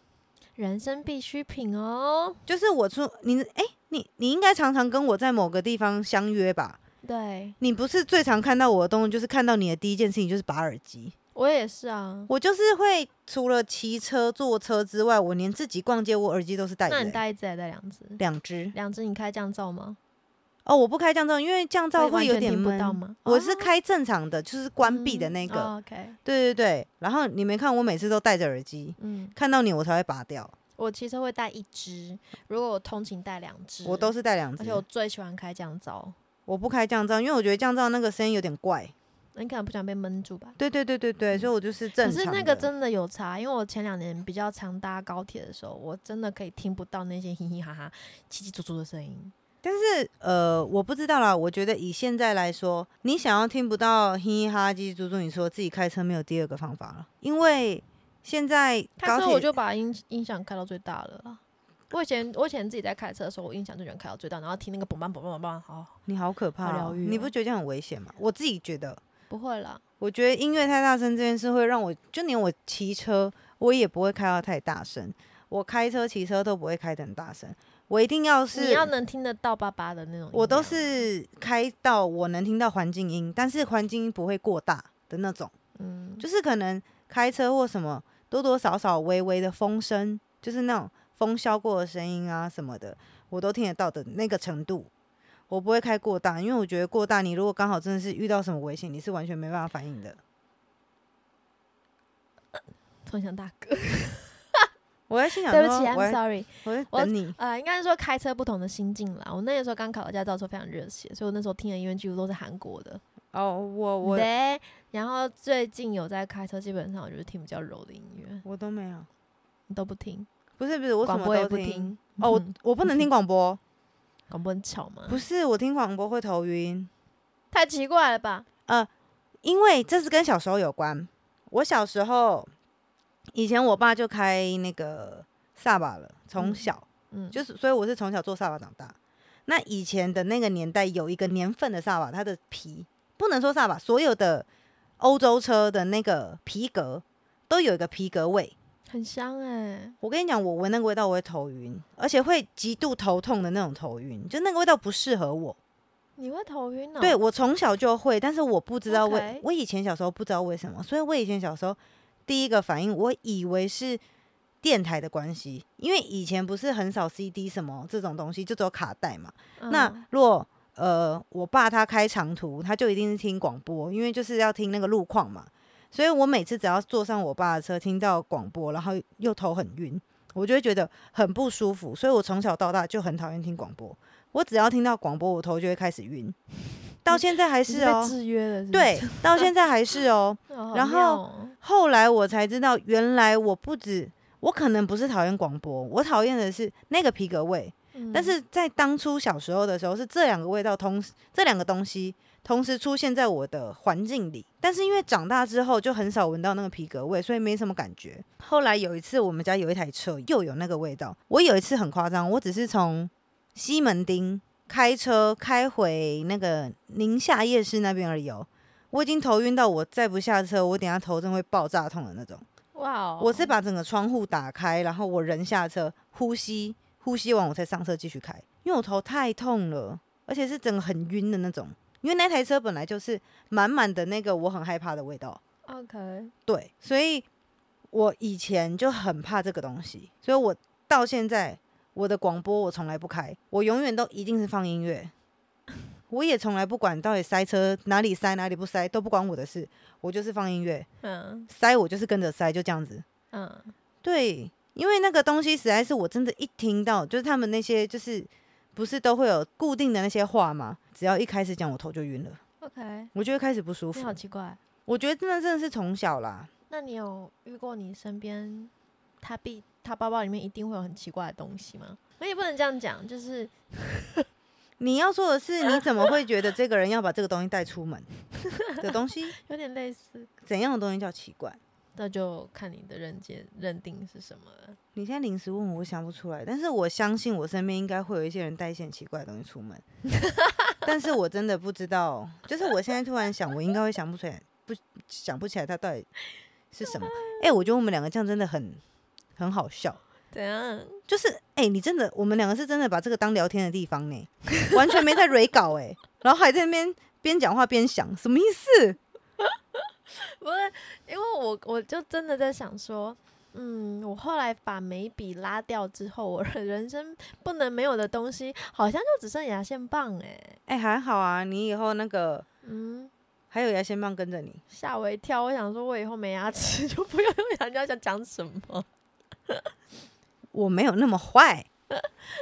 S1: 人生必需品哦，
S2: 就是我出你哎、你你应该常常跟我在某个地方相约吧？
S1: 对
S2: 你不是最常看到我的动作，就是看到你的第一件事情就是拔耳机。
S1: 我也是啊。
S2: 我就是会除了骑车、坐车之外，我连自己逛街，我耳机都是戴着、
S1: 那你
S2: 欸，
S1: 带一只还带两只？
S2: 两只。
S1: 两只你开降噪吗？
S2: 哦，我不开降噪，因为降
S1: 所
S2: 噪
S1: 以完
S2: 会有
S1: 全
S2: 点
S1: 听不
S2: 闷
S1: 到。吗？
S2: 我是
S1: 哦
S2: 开正常的，就是关闭的那
S1: 嗯
S2: 个。
S1: 哦 OK，
S2: 对对对。然后你没看我每次都戴着耳机，
S1: 嗯，
S2: 看到你我才会拔掉，
S1: 我其实会带一只，如果我通勤带两只，
S2: 我都是戴两
S1: 而
S2: 只
S1: 且。我最喜欢开降噪，
S2: 我不开降噪，因为我觉得降噪那个声音有点怪。
S1: 你可能不想被闷住吧。
S2: 对对对对对，所以我就是正
S1: 嗯可
S2: 常的。
S1: 是那个真的有差，因为我前两年比较常搭高铁的时候，我真的可以听不到那些嘻嘻哈哈、叽叽喳喳的声音。
S2: 但是呃，我不知道啦。我觉得以现在来说，你想要听不到嘻嘻哈叽猪猪，你说自己开车没有第二个方法了，因为现在
S1: 开
S2: 高
S1: 车
S2: 铁
S1: 我就把音音响开到最大了啦。我以前我以前自己在开车的时候，我音响就喜欢开到最大，然后听那个嘣嘣嘣嘣嘣，好
S2: 你好可怕、
S1: 好
S2: 哦
S1: 疗愈哦
S2: 你不觉得这样很危险吗？我自己觉得，
S1: 不会啦。
S2: 我觉得音乐太大声这件事会让我，就连我骑车我也不会开到太大声，我开车骑车都不会开得很大声，我一定要是
S1: 你要能啊听得到爸爸的那种音量，
S2: 我都是开到我能听到环境音，但是环境音不会过大的那种。
S1: 嗯，
S2: 就是可能开车或什么，多多少少微微的风声，就是那种风啸过的声音啊什么的，我都听得到的那个程度。我不会开过大，因为我觉得过大，你如果刚好真的是遇到什么危险，你是完全没办法反应的。
S1: 突然想大哥，
S2: 我在心想
S1: 对
S2: 说，
S1: 不起
S2: 我
S1: ，I'm
S2: 在
S1: sorry。
S2: 我在
S1: 我
S2: 等你，
S1: 呃，应该是说开车不同的心境啦。我那个时候刚考到驾照的时候非常热血，所以我那时候听的音乐几乎都是韩国的。
S2: 哦，我我
S1: 对，然后最近有在开车，基本上我就是听比较柔的音乐，
S2: 我都没有，
S1: 你都不听，
S2: 不是不是，我什
S1: 广
S2: 么
S1: 播也
S2: 都
S1: 不听。
S2: 哦，我
S1: 嗯
S2: 我 不能听广播，
S1: 广播很吵吗？
S2: 不是我听广播会头晕，
S1: 太奇怪了吧？
S2: 因为这是跟小时候有关。我小时候以前我爸就开那个萨巴了，从
S1: 嗯
S2: 小、
S1: 嗯，
S2: 就是，所以我是从小做萨巴长大。那以前的那个年代有一个年份的萨巴，它的皮不能说萨巴，所有的欧洲车的那个皮革都有一个皮革味。
S1: 很香哎、
S2: 我跟你讲，我闻那个味道我会头晕，而且会极度头痛的那种头晕，就那个味道不适合我。
S1: 你会头晕哦、
S2: 对我从小就会，但是我不知道为
S1: OK
S2: 我以前小时候不知道为什么，所以我以前小时候第一个反应，我以为是电台的关系，因为以前不是很少 CD 什么这种东西，就只有卡带嘛。
S1: 嗯，
S2: 那若呃，我爸他开长途，他就一定是听广播，因为就是要听那个路况嘛。所以我每次只要坐上我爸的车，听到广播，然后又头很晕，我就会觉得很不舒服。所以我从小到大就很讨厌听广播，我只要听到广播，我头就会开始晕，到现在还
S1: 你
S2: 是
S1: 被
S2: 哦、
S1: 制约了是不是，
S2: 对，到现在还 是哦、
S1: 哦，好
S2: 然后
S1: 妙哦
S2: 后来我才知道，原来我不止我可能不是讨厌广播，我讨厌的是那个皮革味。
S1: 嗯
S2: 但是在当初小时候的时候，是这两个味道同时这两个东西同时出现在我的环境里。但是因为长大之后就很少闻到那个皮革味，所以没什么感觉。后来有一次，我们家有一台车又有那个味道。我有一次很夸张，我只是从西门町开车开回那个宁夏夜市那边而已哦。我已经头晕到我再不下车，我等一下头真会爆炸痛的那种。
S1: 哇哦，
S2: 我是把整个窗户打开，然后我人下车，呼吸，呼吸完我才上车继续开，因为我头太痛了，而且是整个很晕的那种。因为那台车本来就是满满的那个我很害怕的味道，
S1: OK，
S2: 对，所以我以前就很怕这个东西，所以我到现在我的广播我从来不开，我永远都一定是放音乐， 我也从来不管到底塞车哪里塞哪里不塞都不管我的事，我就是放音乐，
S1: 嗯
S2: 塞我就是跟着塞，就这样子。
S1: 嗯，
S2: 对，因为那个东西实在是我真的，一听到就是他们那些就是不是都会有固定的那些话吗？只要一开始讲，我头就晕了，
S1: OK，
S2: 我就会开始不舒
S1: 你
S2: 服
S1: 好。奇怪。
S2: 我觉得真的真的是从小啦，
S1: 那你有遇过你身边他必他包包里面一定会有很奇怪的东西吗？我也不能这样讲，就是
S2: 你要说的是你怎么会觉得这个人要把这个东西带出门的东西？
S1: 有点类似，
S2: 怎样的东西叫奇怪？
S1: 那就看你的认界认定是什么了。
S2: 你现在临时问我，我想不出来，但是我相信我身边应该会有一些人带一些很奇怪的东西出 门，但是我真的不知道，就是我现在突然想，我应该会想不出来，不想不起来它到底是什么。 哎、我觉得我们两个这样真的很很好笑，
S1: 怎样？
S2: 就是哎、你真的，我们两个是真的把这个当聊天的地方呢，完全没在蕊稿哎、然后还在那边边讲话边想，什么意思？
S1: 不是，因为我我就真的在想说，嗯，我后来把眉笔拉掉之后，我的人生不能没有的东西，好像就只剩牙线棒哎、
S2: 哎、还好啊，你以后那个
S1: 嗯，
S2: 还有牙线棒跟着你。
S1: 吓我一跳。我想说，我以后没牙齿 就不用用牙，你要想讲什 么？
S2: 我没有那么坏，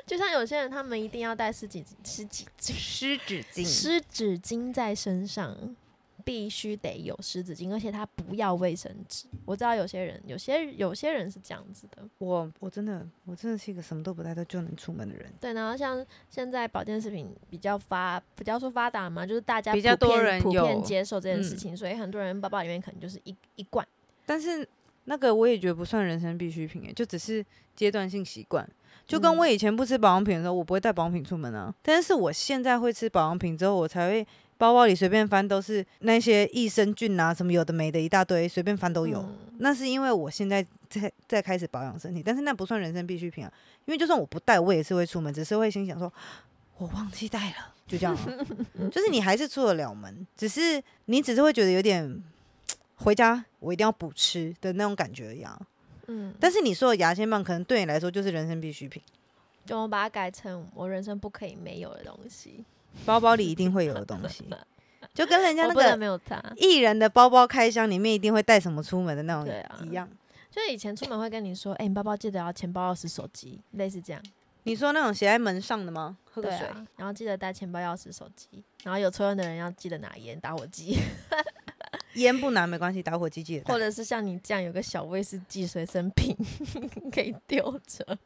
S1: 就像有些人，他们一定要带十几十几
S2: 湿纸巾
S1: 湿纸巾在身上，必须得有湿纸巾，而且他不要卫生纸。我知道有些人，有些有些人是这样子的。
S2: 我我真的我真的是一个什么都不带都就能出门的人，
S1: 对，然后像现在保健食品比较发，比较说发达嘛，就是大家
S2: 比较
S1: 普遍
S2: 多人
S1: 普
S2: 有
S1: 遍接受这件事
S2: 嗯
S1: 情，所以很多人包包里面可能就是一一罐。
S2: 但是那个我也觉得不算人生必需品欸耶，就只是阶段性习惯。就跟我以前不吃保养品的时候，我不会带保养品出门啊，但是我现在会吃保养品之后，我才会包包里随便翻都是那些益生菌啊什么有的没的一大堆，随便翻都有。
S1: 嗯
S2: 那是因为我现在在在开始保养身体，但是那不算人生必需品啊。因为就算我不带，我也是会出门，只是会心想说，我忘记带了，就这样、啊。 就是你还是出得了门，只是你只是会觉得有点回家我一定要补吃的那种感觉一样。
S1: 嗯，
S2: 但是你说的牙线棒，可能对你来说就是人生必需品，
S1: 就我把它改成我人生不可以没有的东西，
S2: 包包里一定会有的东 西，就跟人家
S1: 我
S2: 那
S1: 不能
S2: 个
S1: 没有它。
S2: 嗯艺人的包包开箱里面一定会带什么出门的那
S1: 对
S2: 种
S1: 啊
S2: 一样。
S1: 就是以前出门会跟你说，哎、你包包记得要钱包、钥匙、手机，类似这样。
S2: 你说那种写在门上的吗？喝个
S1: 对
S2: 水。
S1: 啊，然后记得带钱包、钥匙、手机，然后有抽烟的人要记得拿烟、打火 机，
S2: 烟不拿没关系，打火机记得带
S1: 或者是像你这样有个小威士忌随身品可以丢着。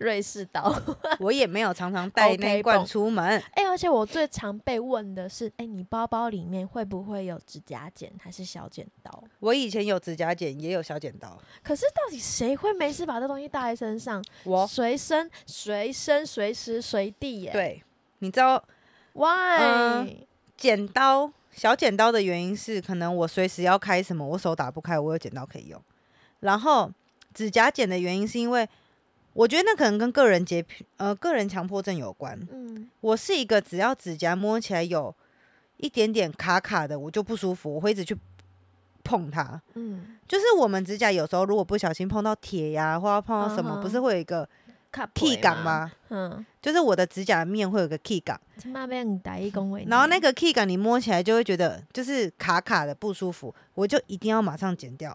S1: 瑞士刀，
S2: 我也没有常常带
S1: OK，
S2: 那一罐
S1: 懂
S2: 出门。
S1: 哎、而且我最常被问的是，哎、你包包里面会不会有指甲剪还是小剪刀？
S2: 我以前有指甲剪，也有小剪刀。
S1: 可是到底谁会没事把这东西带在身上？
S2: 我
S1: 随身、随身、随时随地耶。
S2: 对，你知道
S1: ，Why？、
S2: 嗯剪刀小剪刀的原因是，可能我随时要开什么，我手打不开，我有剪刀可以用。然后指甲剪的原因是因为，我觉得那可能跟个人洁癖呃个人强迫症有关。
S1: 嗯，
S2: 我是一个只要指甲摸起来有一点点卡卡的，我就不舒服，我会一直去碰它。
S1: 嗯，
S2: 就是我们指甲有时候如果不小心碰到铁呀、或者碰到什么
S1: 嗯哼
S2: 不是会有一个
S1: 卡
S2: key 感？吗？
S1: 嗯，
S2: 就是我的指甲面会有个 key 感，
S1: 他妈被哎你打一公为，
S2: 然后那个 key 感你摸起来就会觉得就是卡卡的不舒服，我就一定要马上剪掉，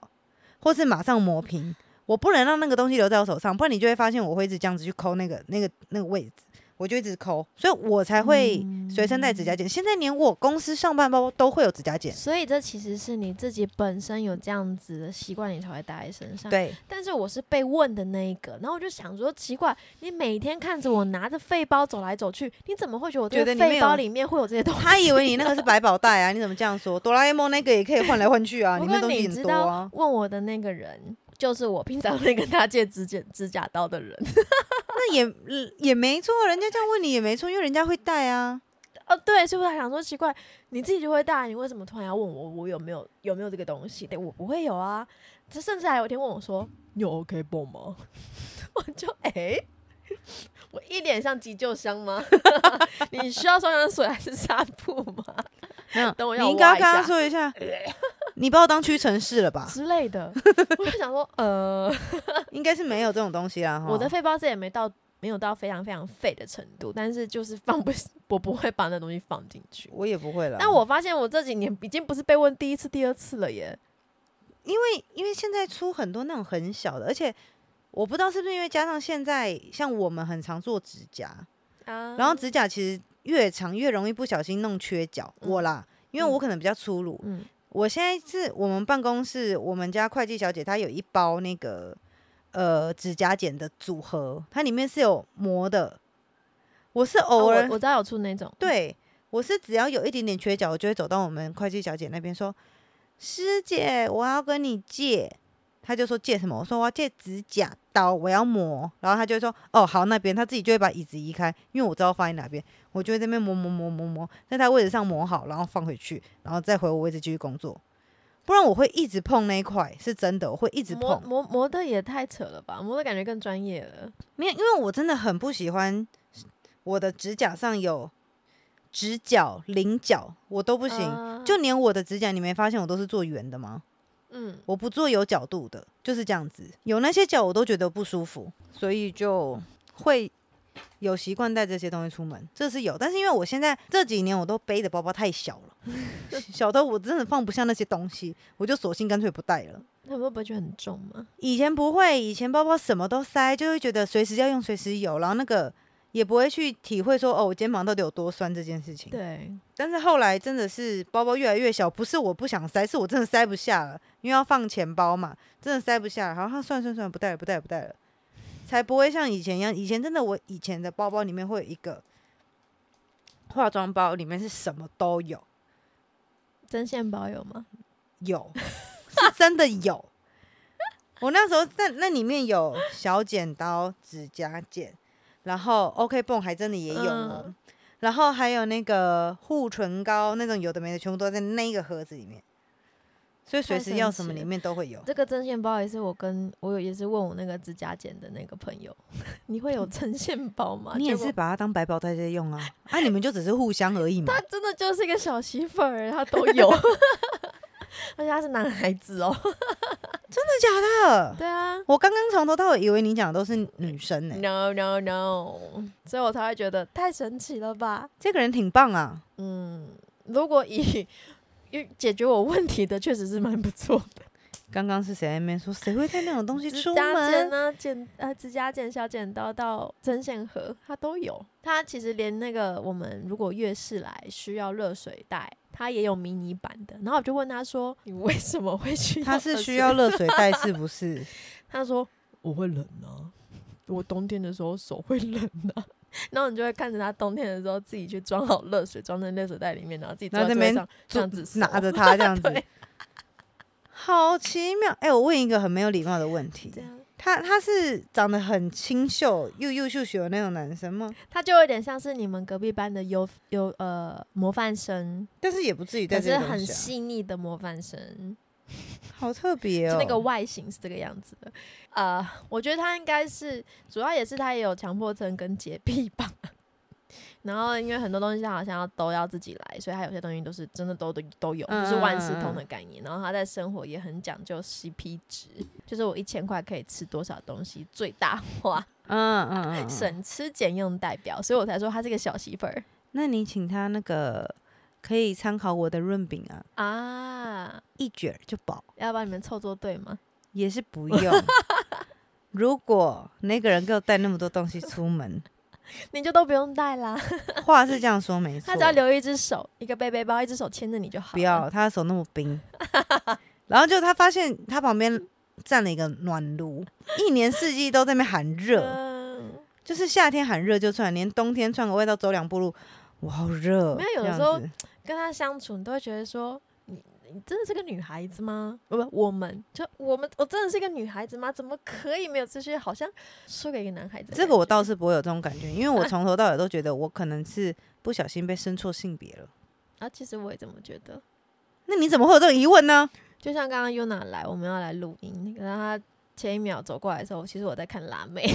S2: 或是马上磨平，我不能让那个东西留在我手上，不然你就会发现我会一直这样子去抠那个那个那个位置，我就一直抠，所以我才会随身带指
S1: 嗯
S2: 甲剪。现在连我公司上班包包都会有指甲剪，
S1: 所以这其实是你自己本身有这样子的习惯，你才会带在身上。。
S2: 对，
S1: 但是我是被问的那一个，然后我就想说，奇怪，你每天看着我拿着废包走来走去，你怎么会觉得我这
S2: 觉
S1: 个
S2: 得你没
S1: 废
S2: 有
S1: 包里面会有这些东西？
S2: 他 以为你那个是百宝袋啊，你怎么这样说？哆啦 A 梦那个也可以换来 换去啊，
S1: 不
S2: 里
S1: 过
S2: 面东西
S1: 你
S2: 很
S1: 知
S2: 多啊
S1: 道。，问我的那个人就是我平常会跟他借指甲指甲刀的人。
S2: 那也也没错，人家这样问你也没错，因为人家会带啊。
S1: 哦，对，所以我还想说，奇怪，你自己就会带，你为什么突然要问我，我有没有有没有这个东西？对，我不会有啊。这甚至还有一天问我说：“你有 OK 绷吗？” 我就哎、诶我一脸像急救箱吗？ 你需要双氧水还是纱布吗？
S2: 没有，
S1: 等我要
S2: 你应该要
S1: 挖一
S2: 跟他
S1: 下
S2: 说一下，你把我当屈臣氏了吧？
S1: 之类的。我就想说，呃，
S2: 应该是没有这种东西啊。
S1: 我的
S2: 齁
S1: 肺包这也没到没有到非常非常废的程度，但是就是放不，我不会把那东西放进去。
S2: 我也不会了。
S1: 但我发现我这几年已经不是被问第一次、第二次了耶。
S2: 因为因为现在出很多那种很小的，而且我不知道是不是因为加上现在像我们很常做指甲，
S1: 啊
S2: 然后指甲其实越长越容易不小心弄缺角。
S1: 嗯
S2: 我啦，因为我可能比较粗鲁，
S1: 嗯，
S2: 我现在是我们办公室，我们家会计小姐她有一包那个呃指甲剪的组合，它里面是有膜的。我是
S1: 哦
S2: 偶尔、
S1: 我我知道有出那种，，
S2: 对，我是只要有一点点缺角，我就会走到我们会计小姐那边说：“师姐，我要跟你借。”她就说借什么？我说我要借指甲刀，我要磨。然后她就会说：“哦，好，那边。”她自己就会把椅子移开，因为我知道放在哪边，我就会在那边磨磨磨磨磨，在她位置上磨好，然后放回去，然后再回我位置继续工作。不然我会一直碰那一块，是真的，我会一直
S1: 磨
S2: 碰。
S1: 磨磨的也太扯了吧，磨的感觉更专业了。
S2: 没有，因为我真的很不喜欢我的指甲上有直角、菱角，我都不行。
S1: 啊
S2: 就连我的指甲，你没发现我都是做圆的吗？
S1: 嗯，
S2: 我不做有角度的，就是这样子。有那些角我都觉得不舒服，所以就会有习惯带这些东西出门，这是有。但是因为我现在这几年我都背的包包太小了， 小到我真的放不下那些东西，我就索性干脆不带了。
S1: 那会不会觉得很重吗？
S2: 以前不会，以前包包什么都塞，就会觉得随时要用，随时有，然后那个也不会去体会说哦，我肩膀到底有多酸这件事情。
S1: 对，
S2: 但是后来真的是包包越来越小，不是我不想塞，是我真的塞不下了，因为要放钱包嘛，真的塞不下了。然后算算算，不带了，不带了，不带了，才不会像以前一样。以前真的，我以前的包包里面会有一个化妆包，里面是什么都有，
S1: 针线包有吗？
S2: 有，是真的有。我那时候在那里面有小剪刀、指甲剪，然后 OK 泵还真的也有哦，
S1: 嗯
S2: 然后还有那个护唇膏那种有的没的，全部都在那一个盒子里面，所以随
S1: 太
S2: 时
S1: 神
S2: 要什么
S1: 奇
S2: 里
S1: 了
S2: 面都会有。
S1: 这个针线包也是我跟我有也是问我那个指甲剪的那个朋友， 你会有针线包吗？
S2: 嗯你也
S1: 啊结果
S2: 是把它当百宝袋在用啊？啊，你们就只是互相而已嘛
S1: 他。 真的就是一个小媳妇儿，欸他 都有，而且他是男孩子哦。
S2: 真的假的？
S1: 对 啊
S2: 我刚刚从头到尾以为你讲的都是女生呢、
S1: ，No No No，所以我才会觉得太神奇了吧。
S2: 这个人挺棒啊。
S1: 嗯，如果以解决我问题的，确实是蛮不错的。
S2: 刚刚是谁在那边说谁会带那种东西
S1: 指
S2: 出
S1: 甲
S2: 门
S1: 剪？啊，剪呃指甲剪、小剪刀到针线盒，它都有。它其实连那个我们如果月事来需要热水袋，它也有迷你版的。然后我就问他说：“你为什么会需要热
S2: 他
S1: 水？”
S2: 是需要热水 袋是不是？
S1: 他说：“我会冷啊，我冬天的时候手会冷啊。” 然后你就会看着他冬天的时候自己去装好热水，装在热水袋里面，然后自己坐
S2: 然后
S1: 在
S2: 这
S1: 桌
S2: 边
S1: 上这样子
S2: 拿
S1: 收
S2: 着它这样子，
S1: 对
S2: 好奇妙。哎、我问一个很没有礼貌的问题
S1: 这，样。
S2: 他他是长得很清秀又又秀秀的那种男生吗？
S1: 他就有点像是你们隔壁班的优优呃模范生，
S2: 但是也不至于在
S1: 可
S2: 这
S1: 是
S2: 个东
S1: 很
S2: 西、
S1: 细腻的模范生，
S2: 啊，好特别哦。
S1: 就那个外形是这个样子的。呃，我觉得他应该是主要也是他也有强迫症跟洁癖吧。 然后因为很多东西他好像要都要自己来，所以他有些东西都是真的都都都有，就是万事通
S2: 嗯
S1: 的概念。然后他在生活也很讲究 CP 值，就是我一千块可以吃多少东西，最大化，
S2: 嗯嗯嗯嗯，
S1: 省吃俭用代表，所以我才说他是个小媳妇儿
S2: 那你请他那个可以参考我的润饼啊，
S1: 啊。
S2: 一卷就饱，
S1: 要帮你们凑作对吗？
S2: 也是不 用。如果那个人给我带那么多东西出门，
S1: 你就都不用带啦，
S2: 话是这样说没错
S1: 他只，要留一只手，一个背背包，一只手牵着你就好。
S2: 不，要他的手那么冰。 然后就他发现他旁边站了一个暖炉，一年四季都在那边喊热，
S1: 嗯，
S2: 就是夏天喊热就算，连冬天穿个外套走两步路，我好热。
S1: 没有有
S2: 这
S1: 的
S2: 样
S1: 时候
S2: 子
S1: 跟他相处，你都会觉得说，你你真的是个女孩子吗？不不，我们就我们，我真的是个女孩子吗？怎么可以没有这些？好像输给一个男孩子的感觉。
S2: 这个我倒是不会有这种感觉，因为我从头到尾都觉得我可能是不小心被生错性别了。
S1: 啊，其实我也这么觉得。
S2: 那你怎么会有这种疑问呢？
S1: 就像刚刚 Yuna 来，我们要来录音，然后他前一秒走过来的时候，其实我在看辣妹，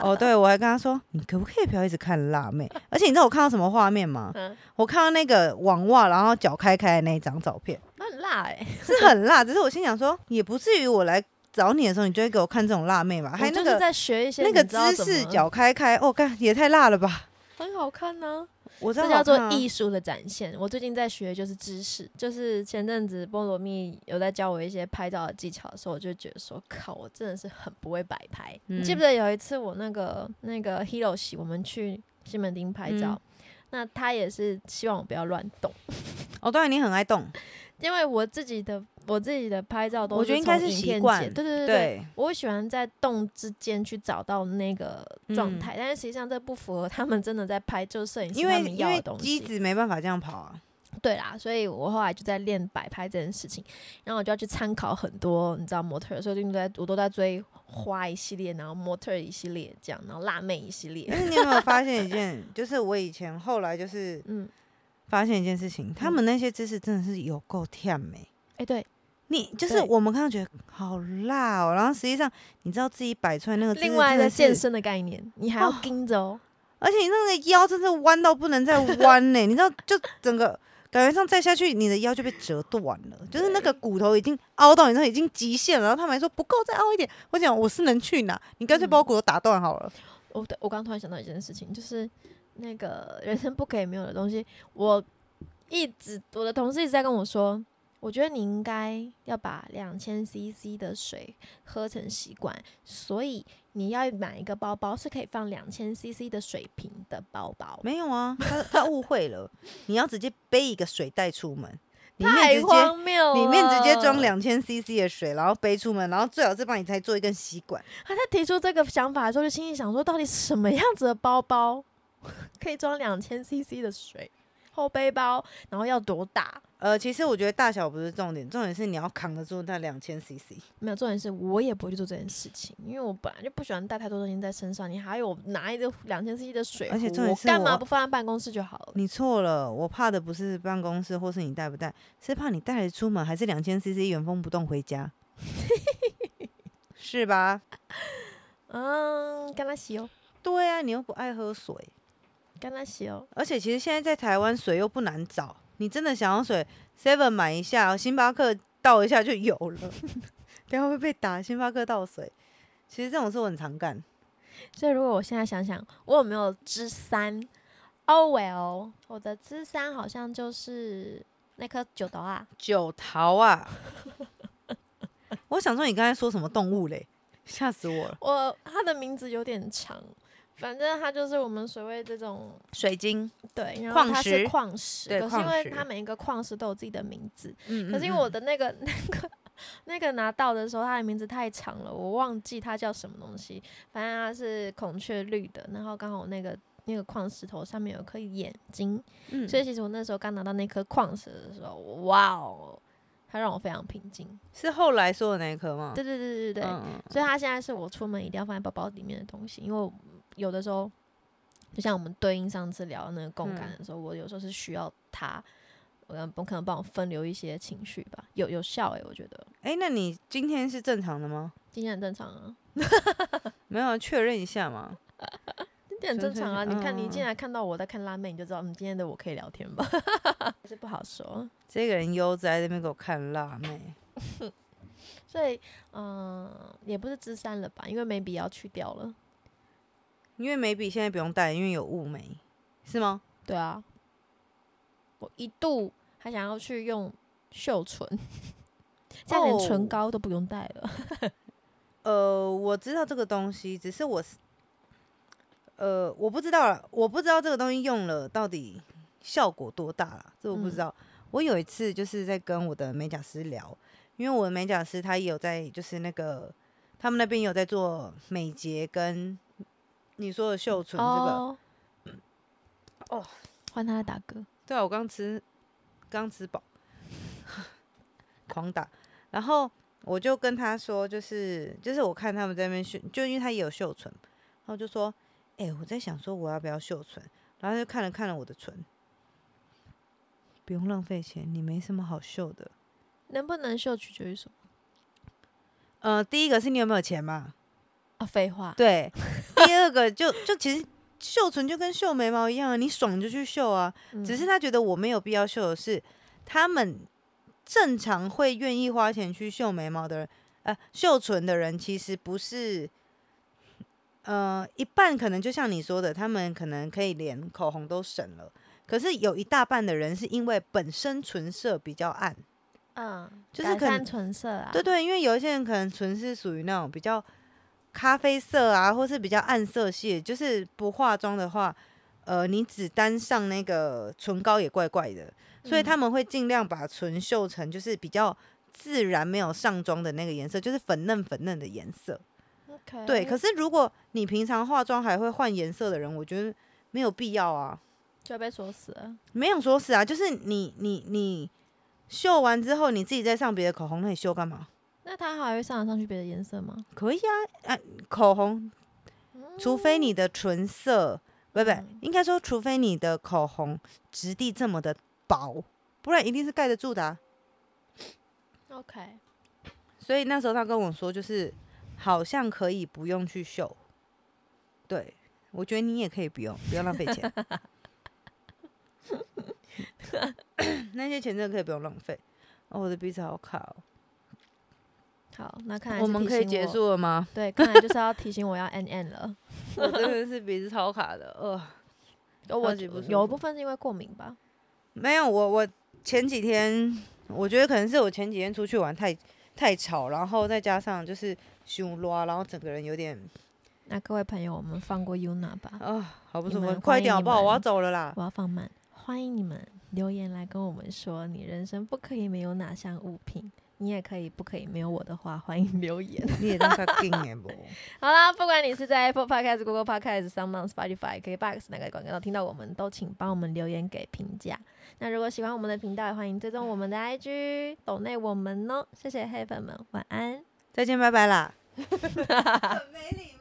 S2: 哦，对，我还跟他说，你可不可以不要一直看辣妹？而且你知道我看到什么画面吗？
S1: 嗯，
S2: 我看到那个网袜，然后脚开开的那一张照片，
S1: 她很辣哎、
S2: 是很辣。只是我心想说，也不至于我来找你的时候，你就会给我看这种辣妹吧？
S1: 我
S2: 还有那
S1: 就是
S2: 个
S1: 在学一些
S2: 那个
S1: 你知道
S2: 姿
S1: 怎
S2: 势，
S1: 么
S2: 脚开开，哦，干也太辣了吧！
S1: 很好看啊呢、
S2: 我知道
S1: 这叫做
S2: 一
S1: 艺术的展现。我最近在学的就是知识，就是前阵子菠萝蜜有在教我一些拍照的技巧的时候，我就觉得说，靠，我真的是很不会摆拍。
S2: 嗯
S1: 你记不记得有一次我那个那个 Hiroshi，我们去西门町拍
S2: 嗯
S1: 照，那他也是希望我不要乱动，
S2: 哦，对，你很爱动，
S1: 因为我自己的我自己的拍照都
S2: 我觉得应该
S1: 从
S2: 是
S1: 影
S2: 习
S1: 片
S2: 惯
S1: 截对对对对。
S2: 对，
S1: 我喜欢在动之间去找到那个状态，但是实际上这不符合他们真的在拍，就是摄影师
S2: 嗯因
S1: 他
S2: 为
S1: 们
S2: 因
S1: 要的
S2: 为
S1: 东西。
S2: 机子没办法这样跑啊。
S1: 对啦，所以我后来就在练摆拍这件事情，然后我就要去参考很多，你知道模特儿，所以最近都在我都在追花一系列，然后模特儿一系列这样，然后辣妹一系列，
S2: 但是你有没有发现一件，就是我以前后来就是
S1: 嗯，
S2: 发现一件事情，他们那些姿势真的是有够甜美、
S1: 哎、对，
S2: 你就是
S1: 对
S2: 我们看到觉得好辣哦，然后实际上你知道自己摆出来那个姿势
S1: 另外
S2: 真
S1: 的
S2: 的
S1: 健
S2: 是，
S1: 身的概念，你还要
S2: 哦
S1: 盯着哦，
S2: 而且你那个腰真是弯到不 能再弯呢、你知道就整个感觉上再下去，你的腰就被折断了，就是那个骨头已经凹到你那已经极限了，然后他们还说不够再凹一点，我想我是能去哪？你干脆把我骨头打断好了。
S1: 我对我刚突然想到一件事情，就是那个人生不可以没有的东西。我一直我的同事一直在跟我说，我觉得你应该要把两千 CC 的水喝成习惯，所以你要买一个包包是可以放两千 CC 的水瓶的包 包。
S2: 没有啊，他他误会了，你要直接背一个水袋出门，里面
S1: 太
S2: 直接。
S1: 荒谬了！
S2: 里面直接装。两千 CC 的水，然后背出门，然后最好是帮你再做一根吸管。
S1: 他在提出这个想法的时候，就心里想说，到底什么样子的包包 可以装两千 CC 的水？后背包，然后要多大？
S2: 呃，其实我觉得大小不是重点，重点是你要扛得住那两千 CC。
S1: 没有，重点是我也不会去做这件事情，因为我本来就不喜欢带太多东西在身上。你还有拿一个两千 cc 的水壶，
S2: 而且重点是
S1: 干
S2: 我
S1: 嘛不放在办公室就好了？
S2: 你错了，我怕的不是办公室或是你带不带，是怕你带了出门还是两千 CC 原封不动回家， 是吧？
S1: 嗯，干他洗哦，
S2: 对啊，你又不爱喝水，
S1: 干他洗哦。
S2: 而且其实现在在台湾水又不难找，你真的想要水，Seven 买一下，星巴克倒一下就有了。 等一下会被打，星巴克倒水。其实这种事我很常干，
S1: 所以如果我现在想想，我有没有之三？Oh well，我的之三好像就是那颗酒豆啊。
S2: 九桃啊， 我想说你刚才说什么动物嘞，吓死我了。
S1: 我它的名字有点长，反正它就是我们所谓这种
S2: 水晶，
S1: 对，然
S2: 矿
S1: 后它
S2: 石
S1: 是矿石，
S2: 对
S1: 可是
S2: 矿
S1: 因为
S2: 石
S1: 它每一个矿石都有自己的名字，
S2: 嗯
S1: 可是因为我的那个 那个那个拿到的时候，它的名字太长了，我忘记它叫什么东西。反正它是孔雀绿的，然后刚好我那个那个矿石头上面有一颗眼睛，
S2: 嗯
S1: 所以其实我那时候刚拿到那颗矿石的时候，哇哦，它让我非常平静。
S2: 是后来说的那一颗吗？
S1: 对对对对对，
S2: 嗯，嗯
S1: 所以它现在是我出门一定要放在包包里面的东西，因为我有的时候，就像我们对应上次聊的那个共感
S2: 嗯
S1: 的时候，我有时候是需要它，我我可能帮我分流一些情绪吧，有有效欸诶、我觉得
S2: 哎、那你今天是正常的吗？
S1: 今天很正常啊，
S2: 没有啊确认一下嘛。
S1: 今天很正常啊，
S2: 纯粹是
S1: 你看
S2: 嗯
S1: 你进来看到我在看辣妹，你就知道，嗯，今天的我可以聊 天吧，还是不好说，
S2: 这个人悠哉在那边给我看辣妹，
S1: 所以嗯、也不是自删了吧，因为眉笔要去掉了，
S2: 因为眉笔现在不用带，因为有雾眉，是吗？
S1: 对啊，我一度还想要去用秀 唇，现在连唇
S2: 哦
S1: 膏都不用带了。
S2: 呃，我知道这个东西，只是我是，呃，我不知道啦，我不知道这个东西用了到底效果多大啦，这我不知
S1: 嗯
S2: 道。我有一次就是在跟我的美甲师聊，因为我的美甲师他也有在，就是那个他们那边有在做美睫跟你说的秀唇这个，
S1: 哦，
S2: 哦
S1: 换他来打嗝。
S2: 对啊，我刚吃，刚吃饱， 狂打。然后我就跟他说，就是就是我看他们在那边秀，就因为他也有秀唇，然后我就说，哎、我在想说我要不要秀唇，然后他就看了看了我的唇，不用浪费钱，你没什么好秀的。
S1: 能不能秀取决于什么
S2: 呃，第一个是你有没有钱嘛？
S1: 啊？废话，
S2: 对，第二个就就其实秀唇就跟秀眉毛一样啊，你爽就去秀啊，
S1: 嗯
S2: 只是他觉得我没有必要秀的是，他们正常会愿意花钱去秀眉毛的人，呃，秀唇的人其实不是，呃，一半可能就像你说的，他们可能可以连口红都省了，可是有一大半的人是因为本身唇色比较暗，
S1: 嗯，
S2: 就是
S1: 改
S2: 可能
S1: 善唇色啊。
S2: 对对，因为有一些人可能唇是属于那种比较咖啡色啊，或是比较暗色系，就是不化妆的话，呃，你只单上那个唇膏也怪怪的，所以
S1: 嗯
S2: 他们会尽量把唇秀成就是比较自然没有上妆的那个颜色，就是粉嫩粉嫩的颜色。
S1: OK，
S2: 对，可是如果你平常化妆还会换颜色的人，我觉得没有必要啊。
S1: 就要被锁死了。
S2: 没有说是啊，就是你你你秀完之后，你自己再上别的口红，那你秀干嘛？
S1: 那他还会上来上去别的颜色吗？
S2: 可以啊，啊，口红，除非你的唇色，不不
S1: 嗯，
S2: 应该说，除非你的口红质地这么的薄，不然一定是盖得住的、啊。
S1: OK，
S2: 所以那时候他跟我说，就是好像可以不用去秀，对我觉得你也可以不用，不要浪费 钱。 那些钱真的可以不用浪费。哦，我的鼻子好卡哦。
S1: 好，那看来
S2: 我
S1: 是
S2: 们
S1: 提
S2: 可以
S1: 醒
S2: 结
S1: 我。
S2: 束 了吗？
S1: 对，看来就是要提醒我要 N N 了。
S2: 我真的是鼻子超卡的，呃。
S1: 有我
S2: 超级不舒
S1: 有一
S2: 服
S1: 部分是因为过敏吧。
S2: 没有，我我前几天，我觉得可能是我前几天出去玩太太吵，然后再加上就是胸拉，然后整个人有点
S1: 那各位朋友，我们放过 Yuna 吧。
S2: 啊、好不舒
S1: 你
S2: 服
S1: 们，
S2: 快一点好不好？
S1: 欢迎你们
S2: 我要走了啦。
S1: 我要放慢，欢迎你们留言来跟我们说，你人生不可以没有哪项物品，你也可以不可以没有我的话，欢迎留言。
S2: 你也当他定耶不？
S1: 好啦，不管你是在 Apple Podcast、Google Podcast、s o u n d o n Spotify、KBox 哪个广告听到我们，都请帮我们留言给评价。那如果喜欢我们的频道，也欢迎追踪我们的 IG，抖内我们哦。谢谢黑粉们，晚安。
S2: 再见，拜拜啦。很没礼貌。